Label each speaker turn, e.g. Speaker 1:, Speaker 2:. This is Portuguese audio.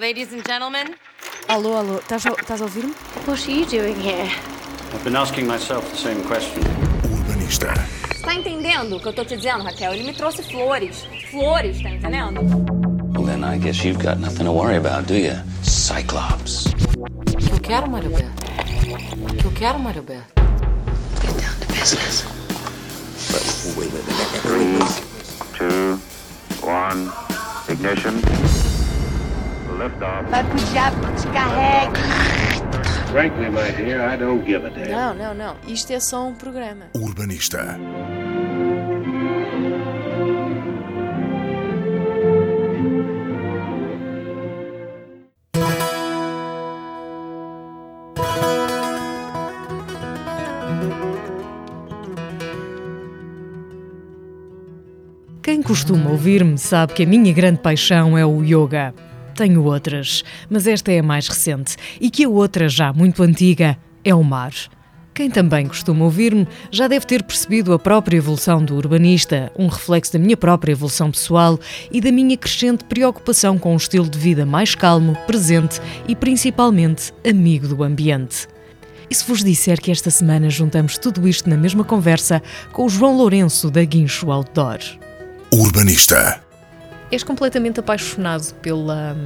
Speaker 1: Ladies and gentlemen,
Speaker 2: Alô, alô, estás a, estás a ouvir-me?
Speaker 3: What are you doing here?
Speaker 4: I've been asking myself the same question.
Speaker 5: O urbanista.
Speaker 6: Tá entendendo o que eu tô te dizendo, Raquel? Ele me trouxe flores. Flores, tá entendendo?
Speaker 7: Well, then I guess you've got nothing to worry about, do you? Cyclops.
Speaker 8: que eu quero, Mário Beto? O que eu quero, Mário Beto?
Speaker 3: Get down to business.
Speaker 9: two, one, ignition. Liftoff.
Speaker 4: Frankly, my dear, I don't give a damn.
Speaker 2: Não, não, não. Isto é só um programa.
Speaker 5: O urbanista.
Speaker 10: Quem costuma ouvir-me sabe que a minha grande paixão é o yoga. Tenho outras, mas esta é a mais recente e que a outra, já muito antiga, é o mar. Quem também costuma ouvir-me já deve ter percebido a própria evolução do urbanista, um reflexo da minha própria evolução pessoal e da minha crescente preocupação com um estilo de vida mais calmo, presente e principalmente amigo do ambiente. E se vos disser que esta semana juntamos tudo isto na mesma conversa com o João Lourenço da Guincho Outdoor?
Speaker 5: O urbanista.
Speaker 10: És completamente apaixonado pela,